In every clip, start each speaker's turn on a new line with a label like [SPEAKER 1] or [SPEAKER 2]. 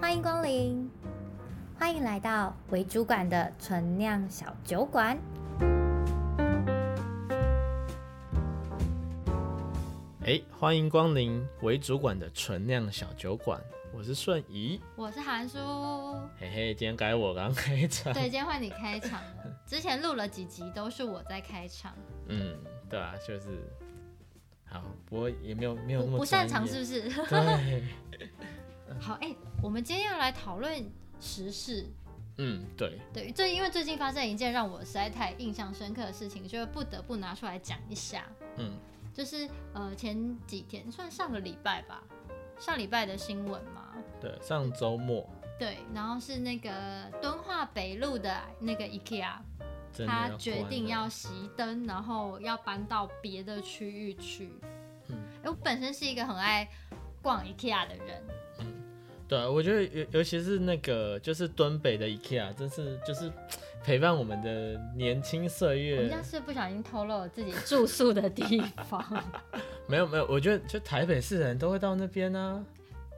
[SPEAKER 1] 欢迎光临，欢迎来到为主管的纯酿小酒馆。
[SPEAKER 2] 哎，欢迎光临为主管的纯酿小酒馆，我是顺仪。
[SPEAKER 3] 我是韩 叔，
[SPEAKER 2] 嘿嘿，今天该我刚开场。
[SPEAKER 3] 对，今天换你开场了。之前录了几集都是我在开场，
[SPEAKER 2] 嗯，对啊，就是好，不过也没有没有
[SPEAKER 3] 不
[SPEAKER 2] 那么
[SPEAKER 3] 不擅
[SPEAKER 2] 专
[SPEAKER 3] 长
[SPEAKER 2] 业
[SPEAKER 3] 是不是？
[SPEAKER 2] 对，
[SPEAKER 3] 好，哎、我们今天要来讨论时事。
[SPEAKER 2] 嗯，对，
[SPEAKER 3] 对，最因为最近发生一件让我实在太印象深刻的事情，就不得不拿出来讲一下。
[SPEAKER 2] 嗯
[SPEAKER 3] 就是呃，前几天算上个礼拜吧，上礼拜的新闻嘛。
[SPEAKER 2] 对，上周末
[SPEAKER 3] 对，然后是那个敦化北路的那个 IKEA，
[SPEAKER 2] 真的
[SPEAKER 3] 他
[SPEAKER 2] 要
[SPEAKER 3] 决
[SPEAKER 2] 关
[SPEAKER 3] 定
[SPEAKER 2] 了
[SPEAKER 3] 要熄灯，然后要搬到别的区域去。
[SPEAKER 2] 嗯
[SPEAKER 3] 哎、我本身是一个很爱逛 IKEA 的人，
[SPEAKER 2] 对啊，我觉得尤尤其是那个就是敦北的 IKEA，真是就是陪伴我们的年轻岁
[SPEAKER 3] 我们
[SPEAKER 2] 月
[SPEAKER 3] 家。是不小心透露了自己住宿的地 方。
[SPEAKER 2] 没有没有，我觉得就台北市人都会到那边啊。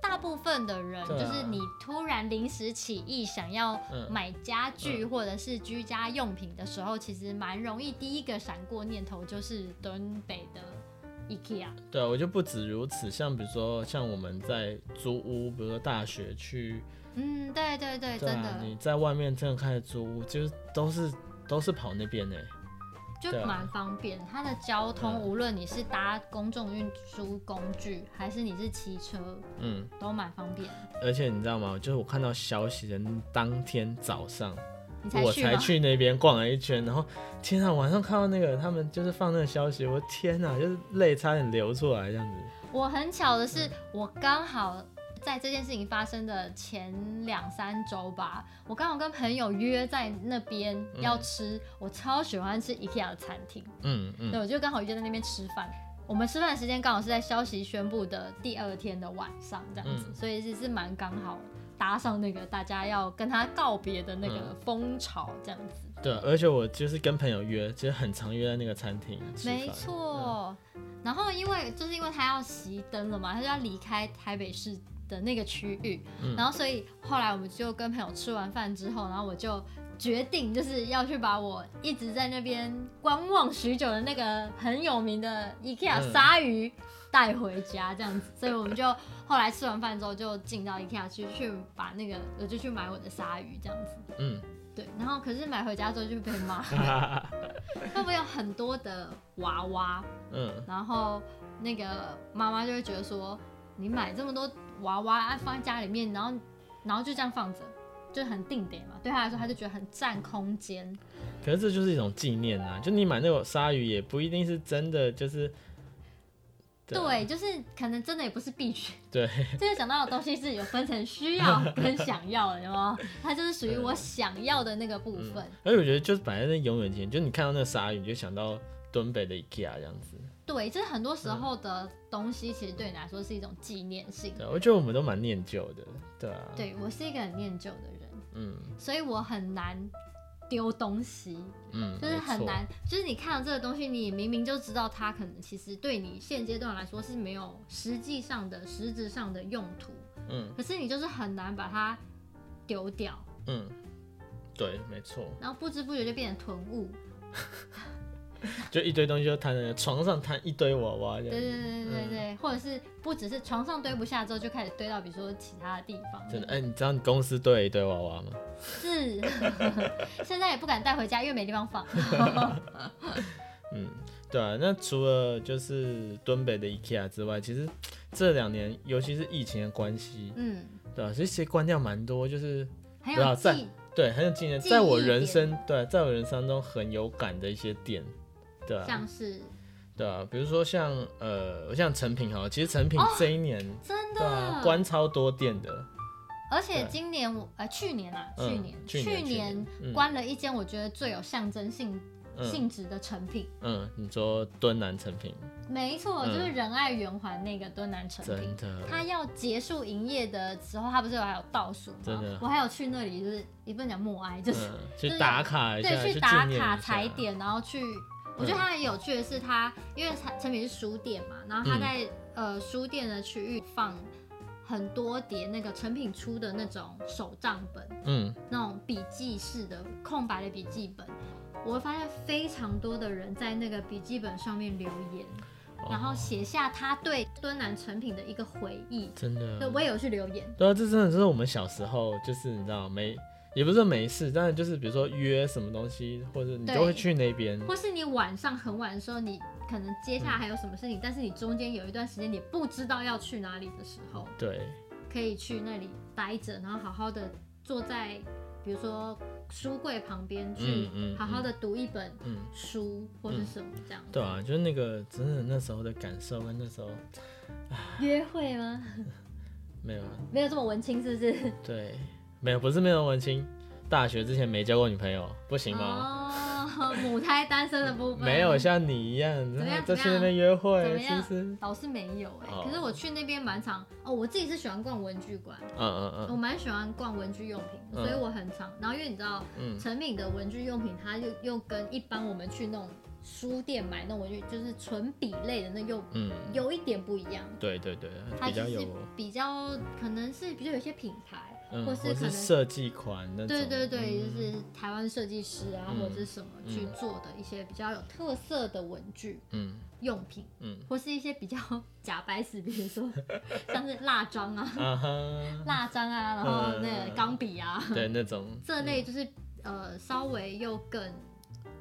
[SPEAKER 3] 大部分的人
[SPEAKER 2] 对
[SPEAKER 3] 就
[SPEAKER 2] 啊
[SPEAKER 3] 是你突然临时起意想要
[SPEAKER 2] 嗯
[SPEAKER 3] 买家具或者是居家用品的时候，其实蛮容易第一个闪过念头就是敦北的 IKEA。
[SPEAKER 2] 对，啊我就不止如此，像比如说像我们在租屋，比如说大学去，
[SPEAKER 3] 嗯，对对对，
[SPEAKER 2] 对
[SPEAKER 3] 真
[SPEAKER 2] 啊，
[SPEAKER 3] 的
[SPEAKER 2] 你在外面真的开始租屋，就是都是都是跑那边欸呢。
[SPEAKER 3] 就
[SPEAKER 2] 对啊
[SPEAKER 3] 蛮方便。它的交通，
[SPEAKER 2] 嗯
[SPEAKER 3] 无论你是搭公众运输工具，还是你是骑车，
[SPEAKER 2] 嗯，
[SPEAKER 3] 都蛮方便。
[SPEAKER 2] 而且你知道吗？就是我看到消息的当天早上，
[SPEAKER 3] 你才
[SPEAKER 2] 我
[SPEAKER 3] 去吗
[SPEAKER 2] 才？去那边逛了一圈，然后天啊，晚上看到那个他们就是放那个消息，我的天啊，就是泪差点流出来这样子。
[SPEAKER 3] 我很巧的是，我刚好在这件事情发生的前两三周吧，我刚好跟朋友约在那边要吃，我超喜欢吃 IKEA 的餐厅，
[SPEAKER 2] 嗯
[SPEAKER 3] 对，
[SPEAKER 2] 嗯，
[SPEAKER 3] 我就刚好约在那边吃饭。我们吃饭的时间刚好是在消息宣布的第二天的晚上，这样子，
[SPEAKER 2] 嗯
[SPEAKER 3] 所以其实蛮刚好搭上那个大家要跟他告别的那个
[SPEAKER 2] 嗯
[SPEAKER 3] 风潮，这样子。
[SPEAKER 2] 对啊，而且我就是跟朋友约，其实很常约在那个餐厅吃饭。
[SPEAKER 3] 没错，然后因为就是因为他要熄灯了嘛，他就要离开台北市的那个区域，
[SPEAKER 2] 嗯
[SPEAKER 3] 然后所以后来我们就跟朋友吃完饭之后，然后我就决定就是要去把我一直在那边观望许久的那个很有名的 IKEA
[SPEAKER 2] 嗯
[SPEAKER 3] 鲨鱼带回家这样子，所以我们就后来吃完饭之后就进到 IKEA 去去把那个我就去买我的鲨鱼这样子。
[SPEAKER 2] 嗯，
[SPEAKER 3] 对，然后可是买回家之后就被骂，会不会有很多的娃娃？
[SPEAKER 2] 嗯，
[SPEAKER 3] 然后那个妈妈就会觉得说，你买这么多娃娃啊放在家里面，然后然后就这样放着，就很定点嘛。对她来说，她就觉得很占空间。
[SPEAKER 2] 可是这就是一种纪念啊，就你买那种鲨鱼也不一定是真的，就是啊
[SPEAKER 3] 对，就是可能真的也不是必须。
[SPEAKER 2] 对，
[SPEAKER 3] 这个讲到的东西是有分成需要跟想要的，有没有？它就是属于我想要的那个部分。
[SPEAKER 2] 而且我觉得就是摆在那永远前，就你看到那个鲨鱼，你就想到敦北的 IKEA 这样子。
[SPEAKER 3] 对，这很多时候的东西，其实对你来说是一种纪念性。
[SPEAKER 2] 对啊，我觉得我们都蛮念旧的，对啊，，
[SPEAKER 3] 对我是一个很念旧的人，
[SPEAKER 2] 嗯
[SPEAKER 3] 所以我很难丢东西。
[SPEAKER 2] 嗯，
[SPEAKER 3] 就是很
[SPEAKER 2] 没错
[SPEAKER 3] 难，就是你看到这个东西，你明明就知道它可能其实对你现阶段来说是没有实际上的、实质上的用途，
[SPEAKER 2] 嗯
[SPEAKER 3] 可是你就是很难把它丢掉，
[SPEAKER 2] 嗯，对，没错，
[SPEAKER 3] 然后不知不觉就变成囤物。
[SPEAKER 2] 就一堆东西就摊在那床上摊一堆娃娃这
[SPEAKER 3] 对对
[SPEAKER 2] 样。
[SPEAKER 3] 对对对对，或者是不只是床上堆不下之后就开始堆到比如说其他的地方，
[SPEAKER 2] 真的，哎、你知道你公司堆了一堆娃娃吗？
[SPEAKER 3] 是， 现在也不敢带回家，因为没地方放。
[SPEAKER 2] 嗯，对啊，那除了就是敦北的 IKEA 之外，其实这两年，尤其是疫情的关系，
[SPEAKER 3] 嗯，
[SPEAKER 2] 对啊，其实其实关掉蛮多，就是
[SPEAKER 3] 还
[SPEAKER 2] 对啊
[SPEAKER 3] 有
[SPEAKER 2] 在
[SPEAKER 3] 记，
[SPEAKER 2] 对很有纪念，
[SPEAKER 3] 记忆
[SPEAKER 2] 在我人
[SPEAKER 3] 点
[SPEAKER 2] 生对，啊在我人生中很有感的一些点，对啊，
[SPEAKER 3] 像是
[SPEAKER 2] 对啊，比如说像呃，我像成品哈，其实成品这一年、
[SPEAKER 3] 哦真
[SPEAKER 2] 对啊
[SPEAKER 3] 的
[SPEAKER 2] 关超多店的，
[SPEAKER 3] 而且
[SPEAKER 2] 对
[SPEAKER 3] 今年我呃去年啊，去
[SPEAKER 2] 嗯
[SPEAKER 3] 年、
[SPEAKER 2] 去年去年嗯
[SPEAKER 3] 关了一间我觉得最有象征性、
[SPEAKER 2] 嗯
[SPEAKER 3] 性质的成品，
[SPEAKER 2] 嗯，你说敦南成品
[SPEAKER 3] 没错，
[SPEAKER 2] 嗯
[SPEAKER 3] 就是仁爱圆环那个敦南成
[SPEAKER 2] 真
[SPEAKER 3] 品。
[SPEAKER 2] 的，
[SPEAKER 3] 它要结束营业的时候，它不是有还有倒数
[SPEAKER 2] 真
[SPEAKER 3] 吗
[SPEAKER 2] 的？
[SPEAKER 3] 我还有去那里，就是也不能讲默哀，就是、
[SPEAKER 2] 嗯，去
[SPEAKER 3] 就是
[SPEAKER 2] 打卡一下，
[SPEAKER 3] 对
[SPEAKER 2] 去
[SPEAKER 3] 去打
[SPEAKER 2] 纪念一下
[SPEAKER 3] 卡
[SPEAKER 2] 嗯
[SPEAKER 3] 踩，点，然后去。我觉得它很有趣的是它，因为成成品是书店嘛，然后它
[SPEAKER 2] 嗯
[SPEAKER 3] 在、呃书店的区域放很多叠那个成品出的那种手账本，
[SPEAKER 2] 嗯，
[SPEAKER 3] 那种笔记式的空白的笔记本，我会发现非常多的人在那个笔记本上面留言，
[SPEAKER 2] 哦
[SPEAKER 3] 然后写下他对敦南成品的一个回忆。
[SPEAKER 2] 真
[SPEAKER 3] 对，
[SPEAKER 2] 的，
[SPEAKER 3] 我也有去留言，
[SPEAKER 2] 对啊，这真的是我们小时候，就是你知道没，也不是说没事，但是就是比如说约什么东西，或者你
[SPEAKER 3] 对
[SPEAKER 2] 就会去那边，
[SPEAKER 3] 或是你晚上很晚的时候，你可能接下来还有什么事情，但是你中间有一段时间你不知道要去哪里的时候，
[SPEAKER 2] 对，
[SPEAKER 3] 可以去那里待着，然后好好的坐在，比如说书柜旁边去
[SPEAKER 2] 嗯，嗯
[SPEAKER 3] 好好的读一本
[SPEAKER 2] 嗯，
[SPEAKER 3] 书或是什么这样。
[SPEAKER 2] 对啊，就是那个真的那时候的感受跟那时候
[SPEAKER 3] 约会吗？
[SPEAKER 2] 没有，
[SPEAKER 3] 没有这么文青是不是？
[SPEAKER 2] 对，没有不是没有文青，大学之前没交过女朋友，不行吗？
[SPEAKER 3] 哦， 母胎单身的部分
[SPEAKER 2] 没有像你一样，
[SPEAKER 3] 么样
[SPEAKER 2] 再
[SPEAKER 3] 哦怎么
[SPEAKER 2] 去
[SPEAKER 3] 样
[SPEAKER 2] 那边约
[SPEAKER 3] 怎
[SPEAKER 2] 会，
[SPEAKER 3] 么
[SPEAKER 2] 是不
[SPEAKER 3] 样
[SPEAKER 2] 是？嗯
[SPEAKER 3] 老是没有哎、
[SPEAKER 2] 哦
[SPEAKER 3] 可是我去那边蛮常哦，我自己是喜欢逛文具馆，
[SPEAKER 2] 嗯
[SPEAKER 3] 我
[SPEAKER 2] 嗯
[SPEAKER 3] 蛮喜欢逛文具用品，
[SPEAKER 2] 嗯
[SPEAKER 3] 所以我很常。然后因为你知道，
[SPEAKER 2] 嗯
[SPEAKER 3] 成品的文具用品，它又又跟一般我们去那种书店买那种文具，就是纯笔类的那又
[SPEAKER 2] 嗯，
[SPEAKER 3] 有一点不一样，
[SPEAKER 2] 对对对，
[SPEAKER 3] 它
[SPEAKER 2] 比较
[SPEAKER 3] 就是
[SPEAKER 2] 有，
[SPEAKER 3] 比较可能是比较有一些品牌，
[SPEAKER 2] 嗯，或
[SPEAKER 3] 或是可
[SPEAKER 2] 是
[SPEAKER 3] 能
[SPEAKER 2] 设计款那种，
[SPEAKER 3] 对对对，就
[SPEAKER 2] 嗯
[SPEAKER 3] 是台湾设计师啊、
[SPEAKER 2] 嗯
[SPEAKER 3] 或者是什么去
[SPEAKER 2] 嗯
[SPEAKER 3] 做的一些比较有特色的文具
[SPEAKER 2] 嗯
[SPEAKER 3] 用品，
[SPEAKER 2] 嗯
[SPEAKER 3] 或是一些比较 假白死，比如说 像是蜡章啊、
[SPEAKER 2] 啊哈，
[SPEAKER 3] 蜡章啊，然后 那
[SPEAKER 2] 嗯
[SPEAKER 3] 个钢笔啊，
[SPEAKER 2] 对那种
[SPEAKER 3] 这类就是呃稍微又更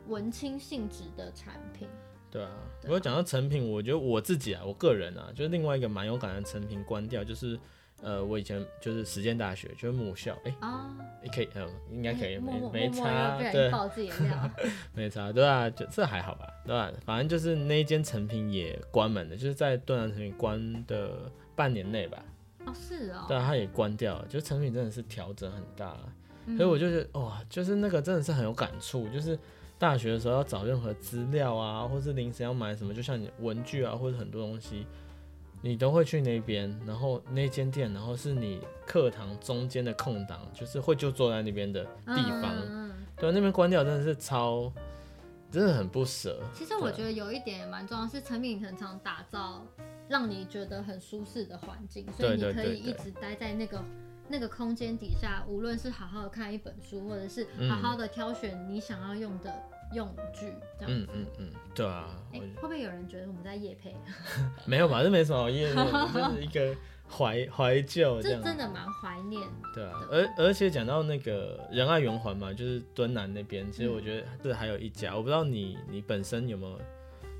[SPEAKER 3] 文青性质的产品。
[SPEAKER 2] 对啊，我有讲到成品，我觉得我自己啊，我个人啊，就是另外一个蛮有感的成品关掉，就是呃，我以前就是实践大学，就是母校，哎、
[SPEAKER 3] 啊，
[SPEAKER 2] 也可以，嗯，应该可以，
[SPEAKER 3] 哎默
[SPEAKER 2] 没
[SPEAKER 3] 默
[SPEAKER 2] 没
[SPEAKER 3] 默默又
[SPEAKER 2] 差
[SPEAKER 3] 不，小心
[SPEAKER 2] 对，
[SPEAKER 3] 爆自己的 料，
[SPEAKER 2] 没差，对啊，就这还好吧，对吧、反正就是那一间成品也关门了，就是在顿南成品关的半年内吧，
[SPEAKER 3] 哦是哦，
[SPEAKER 2] 对啊，它也关掉了，就成品真的是调整很大啊了。
[SPEAKER 3] 嗯
[SPEAKER 2] 所以我就是哇，就是那个真的是很有感触，就是大学的时候要找任何资料啊，或是临时要买什么，就像你文具啊，或者很多东西，你都会去那边，然后那间店，然后是你课堂中间的空档，就是会就坐在那边的地方，
[SPEAKER 3] 嗯嗯嗯
[SPEAKER 2] 对，啊那边关掉真的是超，嗯真的很不舍，
[SPEAKER 3] 其实我觉得有一点也蛮重要，是成品很常打造让你觉得很舒适的环境，所以
[SPEAKER 2] 对对
[SPEAKER 3] 你可以
[SPEAKER 2] 对
[SPEAKER 3] 一
[SPEAKER 2] 对
[SPEAKER 3] 直待在那个那个空间底下，无论是好好的看一本书，或者是
[SPEAKER 2] 嗯
[SPEAKER 3] 好好的挑选你想要用的用具，这样。
[SPEAKER 2] 嗯嗯嗯，对啊，我
[SPEAKER 3] 哎、
[SPEAKER 2] 哦
[SPEAKER 3] 会不会有人觉得我们在夜配？
[SPEAKER 2] 没有吧，这没什么好 厌恶的，就是一个怀怀旧这
[SPEAKER 3] 这
[SPEAKER 2] 样，啊
[SPEAKER 3] 真的蛮怀念。
[SPEAKER 2] 对啊，而而且讲到那个仁爱圆环嘛，就是敦南那边，
[SPEAKER 3] 嗯
[SPEAKER 2] 其实我觉得这还有一家，我不知道你你本身有没有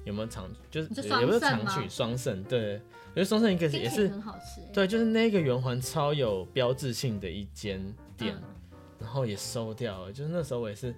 [SPEAKER 2] 有没有常，就是
[SPEAKER 3] 你说
[SPEAKER 2] 也
[SPEAKER 3] 双
[SPEAKER 2] 也不是
[SPEAKER 3] 盛
[SPEAKER 2] 常
[SPEAKER 3] 吗
[SPEAKER 2] 去双盛，对，我觉得双盛一个
[SPEAKER 3] 冰
[SPEAKER 2] 也
[SPEAKER 3] 淇淋
[SPEAKER 2] 是
[SPEAKER 3] 很好吃、欸。
[SPEAKER 2] 对，就是那个圆环超有标志性的一间店，
[SPEAKER 3] 嗯
[SPEAKER 2] 然后也收掉了，就是那时候我也是，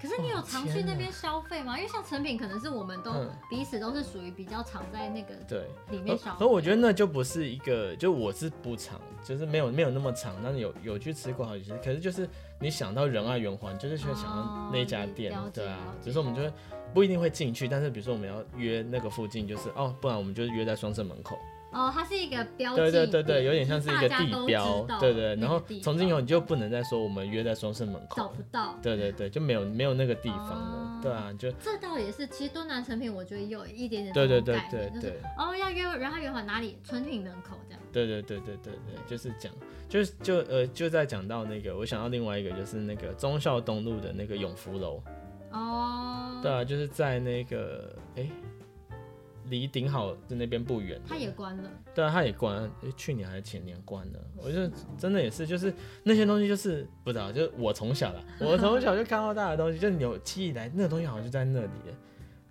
[SPEAKER 3] 可是你有常去
[SPEAKER 2] 哦天
[SPEAKER 3] 那
[SPEAKER 2] 哪
[SPEAKER 3] 边消费吗？因为像成品，可能是我们都、
[SPEAKER 2] 嗯
[SPEAKER 3] 彼此都是属于比较常在那个
[SPEAKER 2] 对，
[SPEAKER 3] 里面消
[SPEAKER 2] 可
[SPEAKER 3] 费。
[SPEAKER 2] 可我觉得那就不是一个，就我是不长，就是没有没有那么长，但是有有去吃过好几次。可是就是你想到仁爱圆环，就是会想到那家店，
[SPEAKER 3] 哦了解
[SPEAKER 2] 对啊
[SPEAKER 3] 了。解
[SPEAKER 2] 只是我们就会不一定会进去，但是比如说我们要约那个附近，就是哦，不然我们就约在双盛门口。
[SPEAKER 3] 哦，它是一个标记
[SPEAKER 2] 对对
[SPEAKER 3] 点，
[SPEAKER 2] 对对，有点像是一个
[SPEAKER 3] 大家都
[SPEAKER 2] 地标
[SPEAKER 3] 知，道
[SPEAKER 2] 对对。
[SPEAKER 3] 那个
[SPEAKER 2] 然后
[SPEAKER 3] 地
[SPEAKER 2] 从今以后
[SPEAKER 3] 方
[SPEAKER 2] 你就不能再说我们约在双盛门
[SPEAKER 3] 找
[SPEAKER 2] 口
[SPEAKER 3] 不，到。
[SPEAKER 2] 对对对，就没有没有那个地方了
[SPEAKER 3] 哦，
[SPEAKER 2] 对啊，就
[SPEAKER 3] 这倒也是，其实敦南成品我觉得也有一点点
[SPEAKER 2] 对对
[SPEAKER 3] 这种
[SPEAKER 2] 对
[SPEAKER 3] 概
[SPEAKER 2] 对
[SPEAKER 3] 念就是
[SPEAKER 2] 对。
[SPEAKER 3] 哦要约然后约好哪里，成品门口这样。
[SPEAKER 2] 对对对对对对，就是讲，就是就呃就在讲到那个，我想到另外一个就是那个忠孝东路的那个永福楼，
[SPEAKER 3] 嗯哦，
[SPEAKER 2] 对啊，就是在那个哎，离顶好的那边不远，
[SPEAKER 3] 它也关了。
[SPEAKER 2] 对啊，它也关了，诶去年还是前年关了。我就真的也是，就是那些东西就是不知道，就是我从小啦，我从小就看到大的东西，就是有记忆以来那个东西好像就在那里了，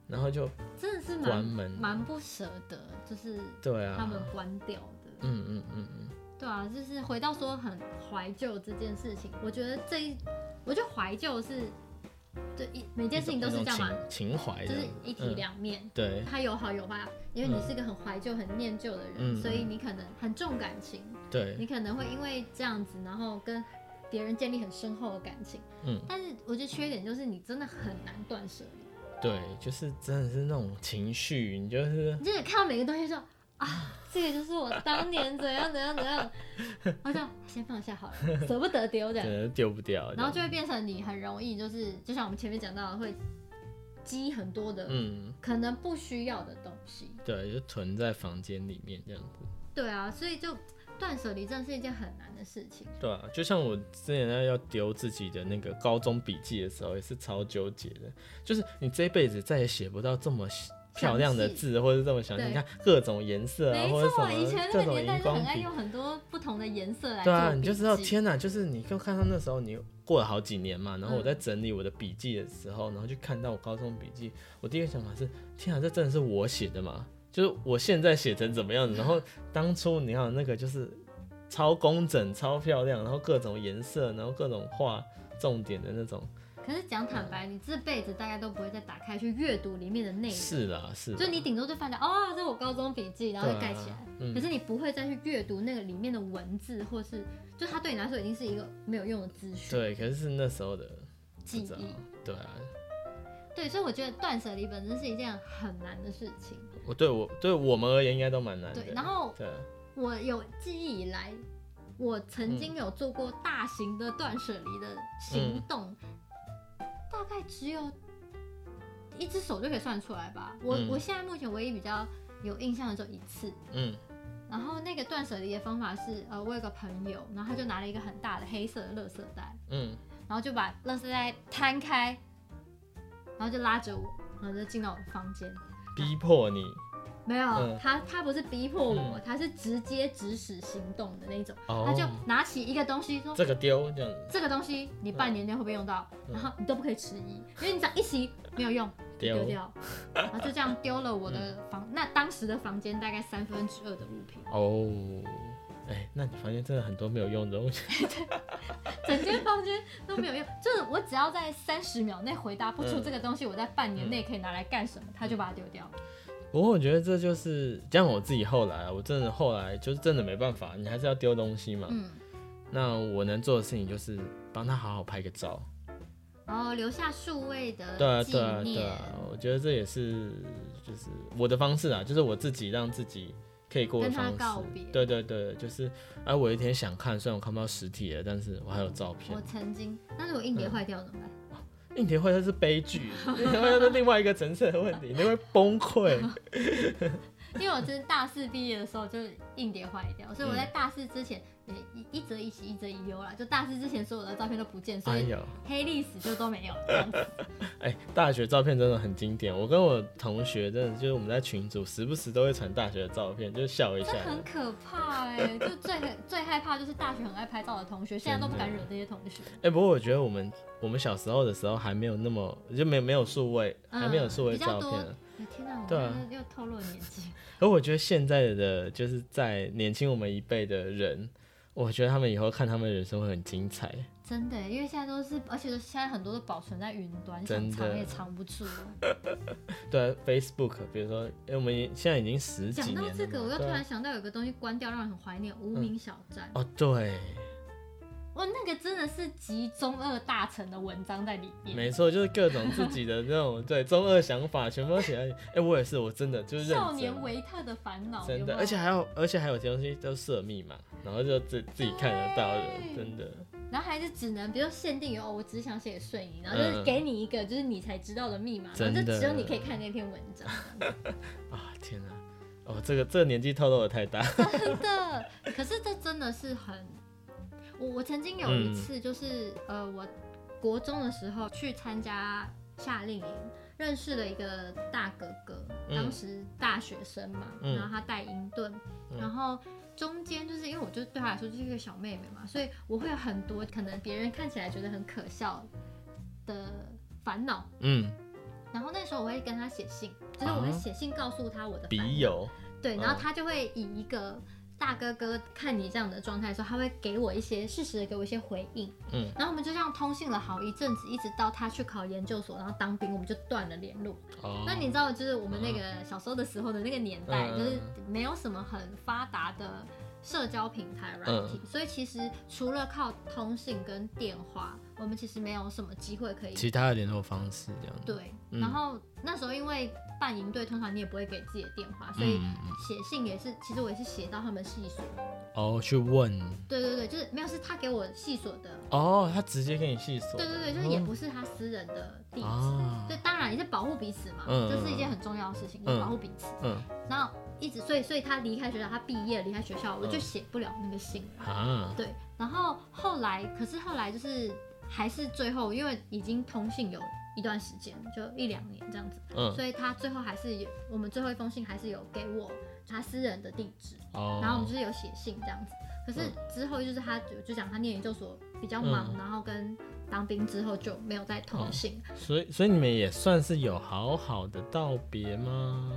[SPEAKER 2] 然后就
[SPEAKER 3] 真的是
[SPEAKER 2] 关
[SPEAKER 3] 蛮
[SPEAKER 2] 门，
[SPEAKER 3] 蛮不舍得，就是
[SPEAKER 2] 对
[SPEAKER 3] 他们
[SPEAKER 2] 啊，
[SPEAKER 3] 关掉的。
[SPEAKER 2] 嗯嗯嗯嗯，
[SPEAKER 3] 对啊，就是回到说很怀旧这件事情，我觉得这一，我觉得怀旧是，对一每件事情都是
[SPEAKER 2] 一
[SPEAKER 3] 这
[SPEAKER 2] 种
[SPEAKER 3] 样嘛，
[SPEAKER 2] 情情怀
[SPEAKER 3] 就
[SPEAKER 2] 的
[SPEAKER 3] 是，一体
[SPEAKER 2] 嗯
[SPEAKER 3] 两面，
[SPEAKER 2] 对
[SPEAKER 3] 它有好有坏。啊因为你是一个很怀旧、很念旧的人，
[SPEAKER 2] 嗯
[SPEAKER 3] 所以你可能很重感情，
[SPEAKER 2] 对，
[SPEAKER 3] 你可能会因为这样子，然后跟别人建立很深厚的感情。
[SPEAKER 2] 嗯。
[SPEAKER 3] 但是我觉得缺点就是你真的很难断舍离，
[SPEAKER 2] 对，就是真的是那种情绪，你就是
[SPEAKER 3] 你就是看到每个东西就啊，这个就是我当年怎样怎样怎样，我就先放下好了，舍不得丢这样
[SPEAKER 2] 真。的丢不掉这样。
[SPEAKER 3] 然后就会变成你很容易就是，就像我们前面讲到的，会积很多的、
[SPEAKER 2] 嗯，
[SPEAKER 3] 可能不需要的东西。
[SPEAKER 2] 对，就囤在房间里面这样子。
[SPEAKER 3] 对啊，所以就断舍离真的是一件很难的事情。
[SPEAKER 2] 对啊，就像我之前在要丢自己的那个高中笔记的时候，也是超纠结的。就是你这辈子再也写不到这么漂亮的字，或者这么详细。
[SPEAKER 3] 对
[SPEAKER 2] 你看各种颜色啊，
[SPEAKER 3] 没
[SPEAKER 2] 或者
[SPEAKER 3] 错，以
[SPEAKER 2] 什么
[SPEAKER 3] 前
[SPEAKER 2] 各
[SPEAKER 3] 那个
[SPEAKER 2] 种
[SPEAKER 3] 年
[SPEAKER 2] 荧
[SPEAKER 3] 代就
[SPEAKER 2] 光
[SPEAKER 3] 很爱
[SPEAKER 2] 笔
[SPEAKER 3] 用，很多不同的颜色来
[SPEAKER 2] 对啊，
[SPEAKER 3] 做
[SPEAKER 2] 你就
[SPEAKER 3] 笔
[SPEAKER 2] 知道，
[SPEAKER 3] 记
[SPEAKER 2] 天哪！就是你就看到那时候，你过了好几年嘛，然后我
[SPEAKER 3] 嗯
[SPEAKER 2] 在整理我的笔记的时候，然后就看到我高中笔记，我第一个想法是：天啊，这真的是我写的吗？就是我现在写成怎么样？然后当初你看那个就是超工整、超漂亮，然后各种颜色，然后各种画重点的那种。
[SPEAKER 3] 可是讲坦白，你这辈子大概都不会再打开去阅读里面的内容，
[SPEAKER 2] 是啦，是啦。
[SPEAKER 3] 就你顶多就翻到哦，这是我高中笔记，然后就
[SPEAKER 2] 对啊
[SPEAKER 3] 盖起来。
[SPEAKER 2] 嗯
[SPEAKER 3] 可是你不会再去阅读那个里面的文字，或是就它对你来说已经是一个没有用的资讯
[SPEAKER 2] 对，可是是那时候的不
[SPEAKER 3] 记
[SPEAKER 2] 知道
[SPEAKER 3] 忆。
[SPEAKER 2] 对啊，
[SPEAKER 3] 对，所以我觉得断舍离本身是一件很难的事情。
[SPEAKER 2] 我对我对我们而言应该都蛮难的。
[SPEAKER 3] 对，然后
[SPEAKER 2] 对啊
[SPEAKER 3] 我有记忆以来，我曾经有做过大型的断舍离的行动，
[SPEAKER 2] 嗯
[SPEAKER 3] 大概只有一只手就可以算出来吧。我、
[SPEAKER 2] 嗯
[SPEAKER 3] 我现在目前唯一比较有印象的就一次，
[SPEAKER 2] 嗯
[SPEAKER 3] 然后那个断舍离的方法是，呃，我有个朋友，然后他就拿了一个很大的黑色的垃圾袋，
[SPEAKER 2] 嗯，
[SPEAKER 3] 然后就把垃圾袋摊开，然后就拉着我，然后就进到我的房间。
[SPEAKER 2] 逼迫你
[SPEAKER 3] 没有，
[SPEAKER 2] 嗯
[SPEAKER 3] 他他不是逼迫我，
[SPEAKER 2] 嗯
[SPEAKER 3] 他是直接指使行动的那种。
[SPEAKER 2] 哦，
[SPEAKER 3] 他就拿起一个东西说
[SPEAKER 2] 这个丢这样子
[SPEAKER 3] 这个东西你半年内会不会用到？
[SPEAKER 2] 嗯
[SPEAKER 3] 然后你都不可以迟疑，因为你只要一迟疑没有用，就丢
[SPEAKER 2] 丢
[SPEAKER 3] 掉，然后就这样丢了我
[SPEAKER 2] 嗯
[SPEAKER 3] 的房，那当时的房间大概三分之二的物品，
[SPEAKER 2] 哦。哎、那你房间真的很多没有用的东西。
[SPEAKER 3] 整间房间都没有用，就是我只要在三十秒内回答不出
[SPEAKER 2] 嗯
[SPEAKER 3] 这个东西，我在半年内可以拿来干什么，他就把它丢掉。
[SPEAKER 2] 不过我觉得这就是像我自己后来啊，我真的后来就是真的没办法，你还是要丢东西嘛。
[SPEAKER 3] 嗯，
[SPEAKER 2] 那我能做的事情就是帮他好好拍个照。
[SPEAKER 3] 然后留下数位
[SPEAKER 2] 对啊，
[SPEAKER 3] 的嗯纪
[SPEAKER 2] 对啊，对
[SPEAKER 3] 念。
[SPEAKER 2] 啊，我觉得这也是就是我的方式啊，就是我自己让自己可以过的
[SPEAKER 3] 跟他
[SPEAKER 2] 方式
[SPEAKER 3] 告别。
[SPEAKER 2] 对对对，就是哎、我有一天想看，虽然我看不到实体了，但是我还有照片
[SPEAKER 3] 我。曾经，但是我
[SPEAKER 2] 嗯
[SPEAKER 3] 硬碟坏掉了怎么办？
[SPEAKER 2] 硬碟会它是悲 剧，硬碟会是另外一个层次的问题， 你会崩溃。
[SPEAKER 3] 因为我真的大四毕业的时候就是硬碟坏掉，所以我
[SPEAKER 2] 嗯
[SPEAKER 3] 在大四之前，呃一一则一喜，一则一忧啦。就大四之前所有的照片都不见，所
[SPEAKER 2] 哎
[SPEAKER 3] 以
[SPEAKER 2] 呦，
[SPEAKER 3] 黑历史就都没有。这样子
[SPEAKER 2] 哎、大学照片真的很经典。我跟我同学真的就是我们在群组时不时都会传大学的照片，就笑一下
[SPEAKER 3] 这。很可怕哎、就最最害怕就是大学很爱拍照的同学，现在都不敢惹这些同学。嗯
[SPEAKER 2] 哎、不过我觉得我们我们小时候的时候还没有那么就没没有数位，还没有数位
[SPEAKER 3] 嗯比较
[SPEAKER 2] 照
[SPEAKER 3] 多
[SPEAKER 2] 片。
[SPEAKER 3] 哎天哪，我
[SPEAKER 2] 对
[SPEAKER 3] 真
[SPEAKER 2] 啊
[SPEAKER 3] 的又透露年纪。
[SPEAKER 2] 而我觉得现在的就是在年轻我们一辈的人，我觉得他们以后看他们的人生会很精彩。
[SPEAKER 3] 真的欸，因为现在都是，而且都现在很多都保存在云端，
[SPEAKER 2] 真
[SPEAKER 3] 想
[SPEAKER 2] 的
[SPEAKER 3] 藏也藏不住了。对
[SPEAKER 2] 对啊、，Facebook，比如说，哎因为我们已现在已经十几
[SPEAKER 3] 讲
[SPEAKER 2] 年了
[SPEAKER 3] 到
[SPEAKER 2] 嘛。
[SPEAKER 3] 这个，我又突
[SPEAKER 2] 对啊
[SPEAKER 3] 然想到有个东西关掉，让人很怀念——无名小站。
[SPEAKER 2] 哦，对，
[SPEAKER 3] 哇，那个真的是集中二大成的文章在里面，
[SPEAKER 2] 没错，就是各种自己的那种对中二想法全部都写在里。哎、我也是，我真的就是认
[SPEAKER 3] 少
[SPEAKER 2] 真
[SPEAKER 3] 年维特的烦恼，
[SPEAKER 2] 真
[SPEAKER 3] 有没
[SPEAKER 2] 的，
[SPEAKER 3] 有
[SPEAKER 2] 而且还有，而且还有些东西都设密码，然后就自自己看得到的，
[SPEAKER 3] 对
[SPEAKER 2] 真的。
[SPEAKER 3] 然后还是只能，比如说限定于哦，我只想写顺影，然后就是
[SPEAKER 2] 嗯
[SPEAKER 3] 给你一个就是你才知道的密码，然
[SPEAKER 2] 真
[SPEAKER 3] 后就
[SPEAKER 2] 的
[SPEAKER 3] 只有你可以看那篇文章，
[SPEAKER 2] 啊，天哪、哦，这个这个年纪透露的太大。
[SPEAKER 3] 真的。可是这真的是很，我我曾经有一次
[SPEAKER 2] 嗯
[SPEAKER 3] 就是、呃，我国中的时候去参加夏令营。认识了一个大哥哥，
[SPEAKER 2] 嗯
[SPEAKER 3] 当时大学生嘛，
[SPEAKER 2] 嗯
[SPEAKER 3] 然后他带银盾，
[SPEAKER 2] 嗯
[SPEAKER 3] 然后中间就是因为我就对他来说就是一个小妹妹嘛，所以我会有很多可能别人看起来觉得很可笑的烦恼。
[SPEAKER 2] 嗯，
[SPEAKER 3] 然后那时候我会跟他写信，就是
[SPEAKER 2] 啊
[SPEAKER 3] 我会写信告诉他我的烦恼
[SPEAKER 2] 笔友，
[SPEAKER 3] 对，
[SPEAKER 2] 嗯
[SPEAKER 3] 然后他就会以一个大哥哥看你这样的状态的时候，他会给我一些适时的给我一些回应。
[SPEAKER 2] 嗯，
[SPEAKER 3] 然后我们就这样通信了好一阵子，一直到他去考研究所，然后当兵，我们就断了联络。
[SPEAKER 2] 哦，
[SPEAKER 3] 那你知道，就是我们那个小时候的时候的那个年代，
[SPEAKER 2] 嗯
[SPEAKER 3] 就是没有什么很发达的社交平台软
[SPEAKER 2] 嗯
[SPEAKER 3] 体，所以其实除了靠通信跟电话，我们其实没有什么机会可以
[SPEAKER 2] 其他的联络方式这样。
[SPEAKER 3] 对。
[SPEAKER 2] 嗯
[SPEAKER 3] 然后那时候因为办营队，通常你也不会给自己的电话，所以
[SPEAKER 2] 嗯嗯
[SPEAKER 3] 写信也是，其实我也是写到他们系所。
[SPEAKER 2] 哦，去问。
[SPEAKER 3] 对对对，就是没有是他给我系所的，
[SPEAKER 2] 哦，他直接给你细说。
[SPEAKER 3] 对对对，就是也不是他私人的地址。
[SPEAKER 2] 哦。
[SPEAKER 3] 对，当然也是保护彼此嘛，
[SPEAKER 2] 嗯
[SPEAKER 3] 这是一件很重要的事情，
[SPEAKER 2] 嗯
[SPEAKER 3] 保护彼此。
[SPEAKER 2] 嗯
[SPEAKER 3] 然后一直，所以所以他离开学校，他毕业离开学校，我就写不了那个信了。
[SPEAKER 2] 啊，
[SPEAKER 3] 对，然后后来，可是后来就是还是最后，因为已经通信有一段时间，就一两年这样子，
[SPEAKER 2] 嗯，
[SPEAKER 3] 所以他最后还是有，我们最后一封信还是有给我他私人的地址，
[SPEAKER 2] 哦，
[SPEAKER 3] 然后我们就是有写信这样子。可是之后就是他就就讲他念研究所比较忙，
[SPEAKER 2] 嗯
[SPEAKER 3] 然后跟当兵之后就没有再通信。
[SPEAKER 2] 所以所以你们也算是有好好的道别吗？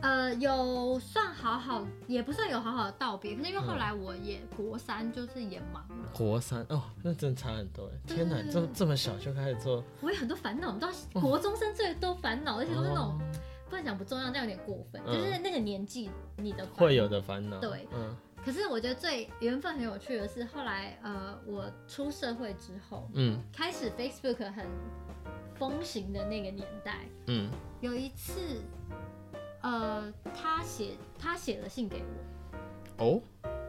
[SPEAKER 3] 呃，有算好好，也不算有好好的道别。可是因为
[SPEAKER 2] 嗯
[SPEAKER 3] 后来我也国三，就是也忙了，
[SPEAKER 2] 国三哦，那真的差很多哎！天哪，
[SPEAKER 3] 对
[SPEAKER 2] 这这么小就开始做，
[SPEAKER 3] 我有很多烦恼。你知道国中生最多烦恼，而且都是那种
[SPEAKER 2] 哦
[SPEAKER 3] 不能讲不重要，这样有点过分，
[SPEAKER 2] 嗯
[SPEAKER 3] 就是那个年纪你的烦
[SPEAKER 2] 会有。的烦恼。
[SPEAKER 3] 对
[SPEAKER 2] 嗯
[SPEAKER 3] 可是我觉得最缘分很有趣的是，后来呃，我出社会之后，
[SPEAKER 2] 嗯
[SPEAKER 3] 开始 Facebook 很风行的那个年代，
[SPEAKER 2] 嗯，
[SPEAKER 3] 有一次，呃，他写他写了信给我，
[SPEAKER 2] 哦，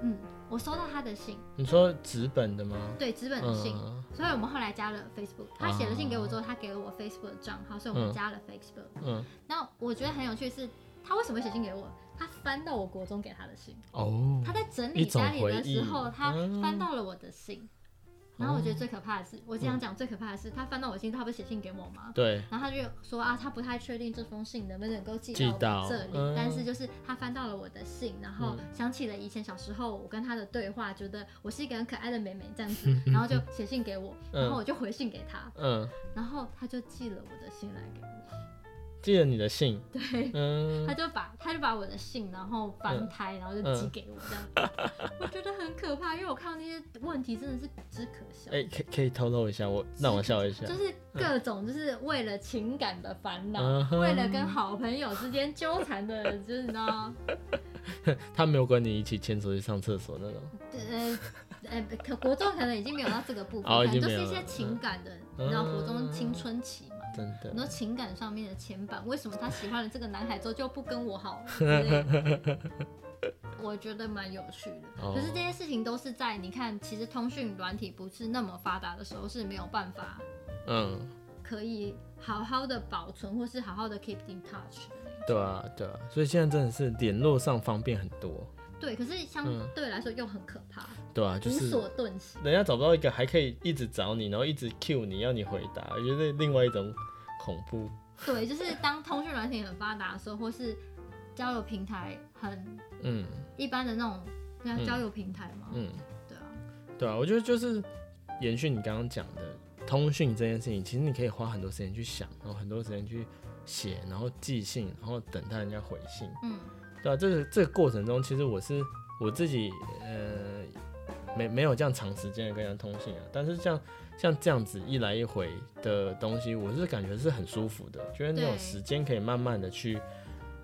[SPEAKER 3] 嗯，我收到他的信，
[SPEAKER 2] 你说纸本的吗？
[SPEAKER 3] 对，纸本的信。
[SPEAKER 2] 嗯
[SPEAKER 3] 所以我们后来加了 Facebook，他写了信给我之后，他给了我 Facebook 的账号，所以我们
[SPEAKER 2] 嗯
[SPEAKER 3] 加了 Facebook。
[SPEAKER 2] 嗯，
[SPEAKER 3] 那我觉得很有趣是，他为什么会写信给我？他翻到我国中给他的信，
[SPEAKER 2] 哦
[SPEAKER 3] 他，在整理家里的时
[SPEAKER 2] 一种回
[SPEAKER 3] 候，
[SPEAKER 2] 忆嗯哦
[SPEAKER 3] 他翻到了我的信。然后我觉得最可怕的是，我经常讲最可怕的是，他翻到我的信，他不是写信给我吗？
[SPEAKER 2] 对，
[SPEAKER 3] 然后他就说啊，他不太确定这封信能不能够寄
[SPEAKER 2] 寄
[SPEAKER 3] 到
[SPEAKER 2] 到
[SPEAKER 3] 我这里，
[SPEAKER 2] 嗯
[SPEAKER 3] 但是就是他翻到了我的信，然后
[SPEAKER 2] 嗯
[SPEAKER 3] 想起了以前小时候我跟他的对话，觉得我是一个很可爱的妹妹这样 子，然后就写信给我，
[SPEAKER 2] 嗯
[SPEAKER 3] 然后我就回信给他，
[SPEAKER 2] 嗯，
[SPEAKER 3] 然后他就寄了我的信来给我，
[SPEAKER 2] 记得你的信，
[SPEAKER 3] 对，
[SPEAKER 2] 嗯
[SPEAKER 3] 他，就把他就把我的信然后翻开，然后就寄给我这样子，我觉得很可怕，因为我看到那些问题真的是只可笑。
[SPEAKER 2] 哎，可以可以透露一下，我让我笑一下
[SPEAKER 3] 就，是各种就是为了情感的烦恼，
[SPEAKER 2] 嗯哼
[SPEAKER 3] 为了跟好朋友之间纠缠的，就是你知道，
[SPEAKER 2] 他没有跟你一起牵手去上厕所那种，
[SPEAKER 3] 呃呃，可国中可能已经没有到这个部分，
[SPEAKER 2] 哦
[SPEAKER 3] 可能
[SPEAKER 2] 已经
[SPEAKER 3] 就
[SPEAKER 2] 没
[SPEAKER 3] 是
[SPEAKER 2] 有
[SPEAKER 3] 一些
[SPEAKER 2] 了
[SPEAKER 3] 情感的，
[SPEAKER 2] 嗯
[SPEAKER 3] 你知道，国中青春期嘛，
[SPEAKER 2] 真
[SPEAKER 3] 很多
[SPEAKER 2] 的，
[SPEAKER 3] 情感上面的牵绊。为什么他喜欢了这个男孩之后就不跟我好了之类的？ 我觉得蛮有趣的，
[SPEAKER 2] 哦
[SPEAKER 3] 可是这些事情都是在你看，其实通讯软体不是那么发达的时候是没有办法
[SPEAKER 2] 嗯，
[SPEAKER 3] 可以好好的保存，或是好好的 keep in touch 的那种。
[SPEAKER 2] 对啊对啊，所以现在真的是联络上方便很多，
[SPEAKER 3] 对，可是相
[SPEAKER 2] 嗯
[SPEAKER 3] 对来说又很可怕，
[SPEAKER 2] 对啊，就
[SPEAKER 3] 无
[SPEAKER 2] 是
[SPEAKER 3] 所遁形。
[SPEAKER 2] 人家找不到一个还可以一直找你，然后一直 cue 你，要你回答，我觉得另外一种恐怖。
[SPEAKER 3] 对，就是当通讯软体很发达的时候，或是交友平台很
[SPEAKER 2] 嗯
[SPEAKER 3] 一般的那种，对啊，交友平台嘛，
[SPEAKER 2] 嗯，
[SPEAKER 3] 对啊，
[SPEAKER 2] 对啊，我觉得就是延续你刚刚讲的通讯这件事情，其实你可以花很多时间去想，然后很多时间去写，然后寄信，然后等待人家回信。
[SPEAKER 3] 嗯
[SPEAKER 2] 对啊，这个这个过程中，其实我是我自己呃没没有这样长时间的跟人家通信啊，但是像像这样子一来一回的东西，我是感觉是很舒服的，觉得那
[SPEAKER 3] 对
[SPEAKER 2] 种时间可以慢慢的去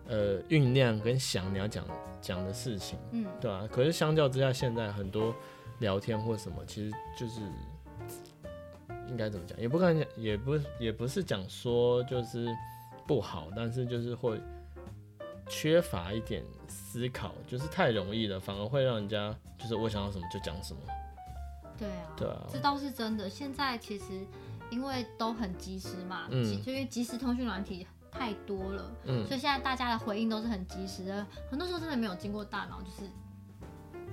[SPEAKER 2] 呃酝酿跟想你要讲讲的事情，
[SPEAKER 3] 嗯，
[SPEAKER 2] 对啊，可是相较之下，现在很多聊天或什么，其实就是应该怎么讲，也不敢讲，也不也不是讲说就是不好，但是就是会缺乏一点思考，就是太容易了，反而会让人家就是我想要什么就讲什么，
[SPEAKER 3] 对啊，
[SPEAKER 2] 对啊
[SPEAKER 3] 这倒是真的。现在其实因为都很及时嘛，
[SPEAKER 2] 嗯
[SPEAKER 3] 即就因为即时通讯软体太多了，
[SPEAKER 2] 嗯
[SPEAKER 3] 所以现在大家的回应都是很及时的，很多时候真的没有经过大脑，就是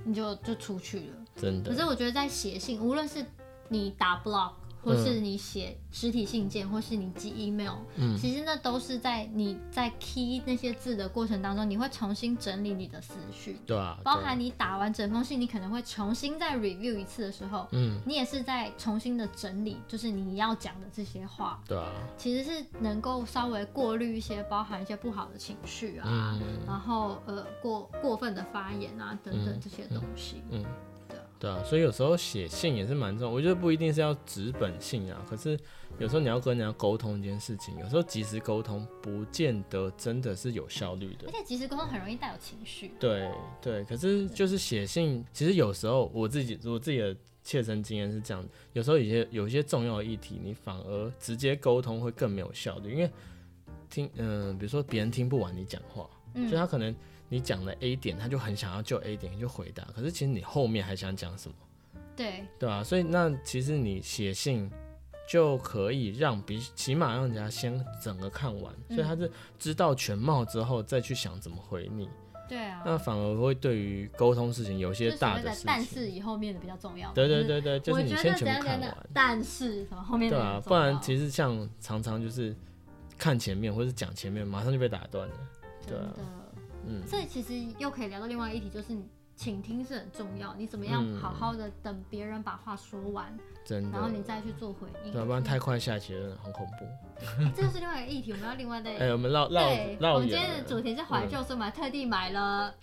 [SPEAKER 3] 你就就出去了。
[SPEAKER 2] 真
[SPEAKER 3] 可是
[SPEAKER 2] 的，
[SPEAKER 3] 我觉得在写信，无论是你打 blog，或是你写实体信件，或是你寄 email，、
[SPEAKER 2] 嗯
[SPEAKER 3] 其实那都是在你在 key 那些字的过程当中，你会重新整理你的思绪。
[SPEAKER 2] 对啊，
[SPEAKER 3] 包
[SPEAKER 2] 对啊
[SPEAKER 3] 含你打完整封信，你可能会重新再 review 一次的时候，
[SPEAKER 2] 嗯，
[SPEAKER 3] 你也是在重新的整理，就是你要讲的这些话，
[SPEAKER 2] 对啊，
[SPEAKER 3] 其实是能够稍微过滤一些包含一些不好的情绪啊，
[SPEAKER 2] 嗯
[SPEAKER 3] 然后呃过过分的发言啊等等
[SPEAKER 2] 嗯
[SPEAKER 3] 这些东西。
[SPEAKER 2] 嗯。
[SPEAKER 3] 对啊
[SPEAKER 2] 对啊，所以有时候写信也是蛮重要。我觉得不一定是要纸本信啊，可是有时候你要跟人家沟通一件事情，有时候及时沟通不见得真的是有效率的
[SPEAKER 3] 而。且即时沟通很容易带有情绪，
[SPEAKER 2] 对对，可是就是写信，其实有时候我自己我自己的切身经验是这样，有时候有些有一些重要的议题，你反而直接沟通会更没有效率，因为听嗯、比如说别人听不完你讲话，
[SPEAKER 3] 嗯
[SPEAKER 2] 就他可能你讲了 A 点，他就很想要就 A 点就回答，可是其实你后面还想讲什么？
[SPEAKER 3] 对，
[SPEAKER 2] 对啊，所以那其实你写信就可以让比起码让人家先整个看完，
[SPEAKER 3] 嗯
[SPEAKER 2] 所以他是知道全貌之后再去想怎么回你，
[SPEAKER 3] 对啊，
[SPEAKER 2] 那反而会对于沟通事情有一
[SPEAKER 3] 就
[SPEAKER 2] 些
[SPEAKER 3] 是所
[SPEAKER 2] 大
[SPEAKER 3] 谓
[SPEAKER 2] 的
[SPEAKER 3] 的
[SPEAKER 2] 事
[SPEAKER 3] 但
[SPEAKER 2] 情。
[SPEAKER 3] 是以后面的比较重要嘛。
[SPEAKER 2] 对对
[SPEAKER 3] 就
[SPEAKER 2] 对
[SPEAKER 3] 是
[SPEAKER 2] 对，就
[SPEAKER 3] 我
[SPEAKER 2] 是你
[SPEAKER 3] 觉
[SPEAKER 2] 先
[SPEAKER 3] 得
[SPEAKER 2] 全
[SPEAKER 3] 怎
[SPEAKER 2] 部
[SPEAKER 3] 样怎
[SPEAKER 2] 看
[SPEAKER 3] 样
[SPEAKER 2] 完
[SPEAKER 3] 的，，但是什么后面
[SPEAKER 2] 对
[SPEAKER 3] 的
[SPEAKER 2] 啊，
[SPEAKER 3] 比较
[SPEAKER 2] 不然
[SPEAKER 3] 重
[SPEAKER 2] 其实像常常就是看前面或是讲前面，马上就被打断了。
[SPEAKER 3] 要
[SPEAKER 2] 对啊
[SPEAKER 3] 真的。
[SPEAKER 2] 嗯，
[SPEAKER 3] 这其实又可以聊到另外一题，就是你倾听是很重要，你怎么样
[SPEAKER 2] 嗯
[SPEAKER 3] 好好的等别人把话说完，
[SPEAKER 2] 真的
[SPEAKER 3] 然后，你再去做回应。嗯
[SPEAKER 2] 对啊，不然太快下结论很恐怖。
[SPEAKER 3] 这就是另外一个议题，我们要另外再。
[SPEAKER 2] 哎、我们绕绕
[SPEAKER 3] 对，我
[SPEAKER 2] 绕
[SPEAKER 3] 们今天的
[SPEAKER 2] 远
[SPEAKER 3] 主
[SPEAKER 2] 了。嗯
[SPEAKER 3] 题是怀旧，所以我们还特地买了。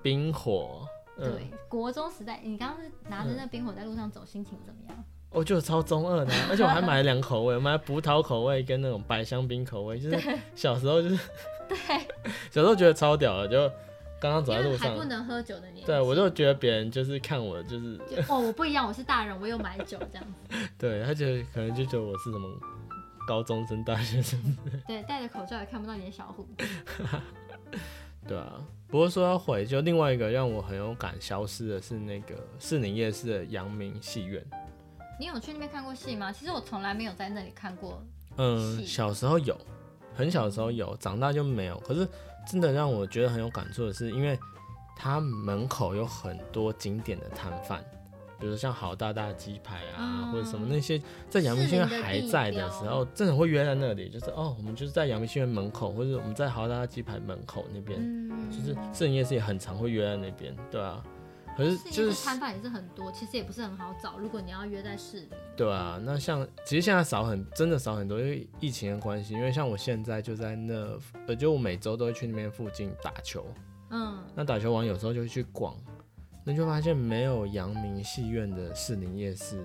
[SPEAKER 2] 冰火，嗯，
[SPEAKER 3] 对，国中时代，你刚刚是拿着那冰火在路上走，心情怎么样？
[SPEAKER 2] 我哦就超中二的啊、而且我还买了两口味，我买了葡萄口味跟那种百香冰口味，就是小时候就是小时候觉得超屌的，就刚刚走
[SPEAKER 3] 因
[SPEAKER 2] 在
[SPEAKER 3] 为
[SPEAKER 2] 路
[SPEAKER 3] 还不
[SPEAKER 2] 上，
[SPEAKER 3] 能喝酒的年纪。
[SPEAKER 2] 对我就觉得别人就是看我就是
[SPEAKER 3] 就哦，我不一样，我是大人，我有买酒这样子。
[SPEAKER 2] 对他觉得可能就觉得我是什么高中生、大学生，
[SPEAKER 3] 对，戴着口罩也看不到你的小虎。
[SPEAKER 2] 对啊。不过说要回，就另外一个让我很有感消失的是那个士林夜市的阳明戏院。
[SPEAKER 3] 你有去那边看过戏吗？其实我从来没有在那里看过。
[SPEAKER 2] 嗯，
[SPEAKER 3] 戏
[SPEAKER 2] 小时候有，很小的时候有，长大就没有。可是真的让我觉得很有感触的是，因为它门口有很多经典的摊贩，比如像好大大鸡排啊，
[SPEAKER 3] 嗯
[SPEAKER 2] 或者什么那些，在阳明
[SPEAKER 3] 士
[SPEAKER 2] 戏院
[SPEAKER 3] 林的
[SPEAKER 2] 还
[SPEAKER 3] 地
[SPEAKER 2] 在的
[SPEAKER 3] 标
[SPEAKER 2] 时候，真的会约在那里，就是哦，我们就是在阳明戏院门口，或者我们在好大大鸡排门口那边，
[SPEAKER 3] 嗯，
[SPEAKER 2] 就是摄影夜市也很常会约在那边，对啊。可是
[SPEAKER 3] 是因
[SPEAKER 2] 就
[SPEAKER 3] 为
[SPEAKER 2] 是
[SPEAKER 3] 摊贩也是很多，其实也不是很好找。如果你要约在市里，
[SPEAKER 2] 对啊，那像其实现在少很，真的少很多，因为疫情的关系。因为像我现在就在那，呃，就我每周都会去那边附近打球。
[SPEAKER 3] 嗯，
[SPEAKER 2] 那打球完有时候就会去逛，那就发现没有阳明戏院的士林夜市，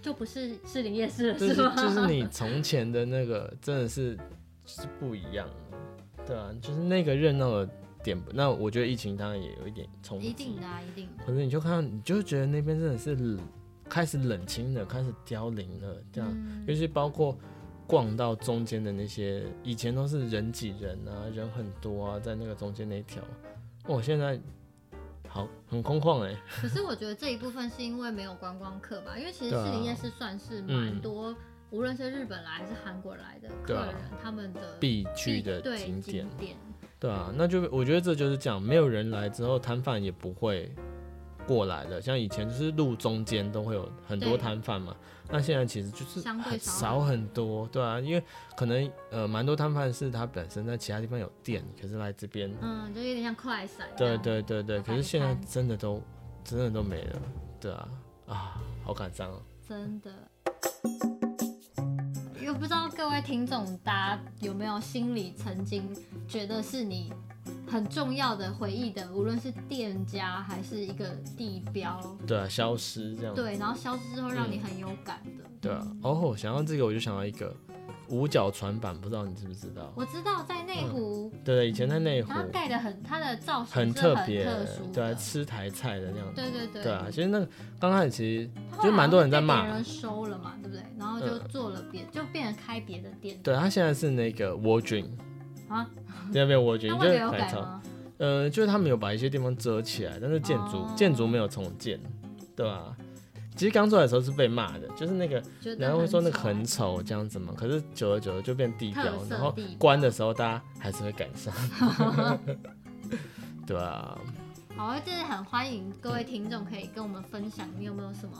[SPEAKER 3] 就不是士林夜市了，
[SPEAKER 2] 就是
[SPEAKER 3] 吗？
[SPEAKER 2] 就是你从前的那个真的是是不一样的，对啊，就是那个热闹的点不。那我觉得疫情当然也有一点冲击，
[SPEAKER 3] 一定的、啊，一定的。
[SPEAKER 2] 可是你就看到，你就觉得那边真的是冷开始冷清了，开始凋零了，这样，尤其包括逛到中间的那些，以前都是人挤人啊，人很多啊，在那个中间那一条，我、现在好很空旷哎、
[SPEAKER 3] 可是我觉得这一部分是因为没有观光客吧，因为其实
[SPEAKER 2] 对啊嗯
[SPEAKER 3] 士林夜市算是蛮多，无论是日本来还是韩国来的客
[SPEAKER 2] 对啊
[SPEAKER 3] 人，他们的
[SPEAKER 2] 必去的
[SPEAKER 3] 对
[SPEAKER 2] 景点
[SPEAKER 3] 点，，
[SPEAKER 2] 对啊，那就我觉得这就是讲，没有人来之后，摊贩也不会过来了。像以前就是路中间都会有很多
[SPEAKER 3] 对
[SPEAKER 2] 摊贩嘛，那现在其实就是
[SPEAKER 3] 相对
[SPEAKER 2] 很
[SPEAKER 3] 少
[SPEAKER 2] 少很多，对啊，因为可能呃蛮多摊贩是他本身在其他地方有店，可是来这边，
[SPEAKER 3] 嗯，就有点像快闪。
[SPEAKER 2] 对，对对对，
[SPEAKER 3] 摆
[SPEAKER 2] 可是现在
[SPEAKER 3] 摊
[SPEAKER 2] 真的都真的都没了，对啊啊，好感伤哦。
[SPEAKER 3] 真的。又不知道各位听众大家有没有心里曾经觉得是你很重要的回忆的，无论是店家还是一个地标，
[SPEAKER 2] 对啊，消失这样，
[SPEAKER 3] 对，然后消失之后让你很有感的。
[SPEAKER 2] 对啊。哦，想到这个我就想到一个五角船板，不知道你知不知道？
[SPEAKER 3] 我知道在内湖，
[SPEAKER 2] 对对，以前在内湖，
[SPEAKER 3] 它盖的很，它的造型
[SPEAKER 2] 很
[SPEAKER 3] 是
[SPEAKER 2] 特
[SPEAKER 3] 很
[SPEAKER 2] 别
[SPEAKER 3] 特殊，
[SPEAKER 2] 对啊，
[SPEAKER 3] 的，
[SPEAKER 2] 吃台菜的那样子。
[SPEAKER 3] 对对对
[SPEAKER 2] 对啊，其实那个刚开始其实
[SPEAKER 3] 它
[SPEAKER 2] 就
[SPEAKER 3] 后
[SPEAKER 2] 是
[SPEAKER 3] 来
[SPEAKER 2] 蛮多人在
[SPEAKER 3] 好像被别
[SPEAKER 2] 骂
[SPEAKER 3] 人，收了嘛，对不对？然后就
[SPEAKER 2] 嗯
[SPEAKER 3] 做了别，就变成开别的店
[SPEAKER 2] 对他现在是那个蜗菌，
[SPEAKER 3] 啊。
[SPEAKER 2] 那边蜗菌
[SPEAKER 3] 那
[SPEAKER 2] 就
[SPEAKER 3] 外
[SPEAKER 2] 是
[SPEAKER 3] 表有
[SPEAKER 2] 改
[SPEAKER 3] 改
[SPEAKER 2] 造，
[SPEAKER 3] 吗？
[SPEAKER 2] 呃，就是他们有把一些地方遮起来，但是建筑、
[SPEAKER 3] 哦
[SPEAKER 2] 建筑没有重建，对吧、其实刚出来的时候是被骂的，就是那个
[SPEAKER 3] 觉得
[SPEAKER 2] 人家会说那个
[SPEAKER 3] 丑啊
[SPEAKER 2] 很丑这样子嘛，可是久而久之就变地标
[SPEAKER 3] 特，色
[SPEAKER 2] 然后
[SPEAKER 3] 地标
[SPEAKER 2] 关的时候大家还是会赶 上， 对啊，
[SPEAKER 3] 好，就是很欢迎各位听众可以跟我们分享，你有没有什么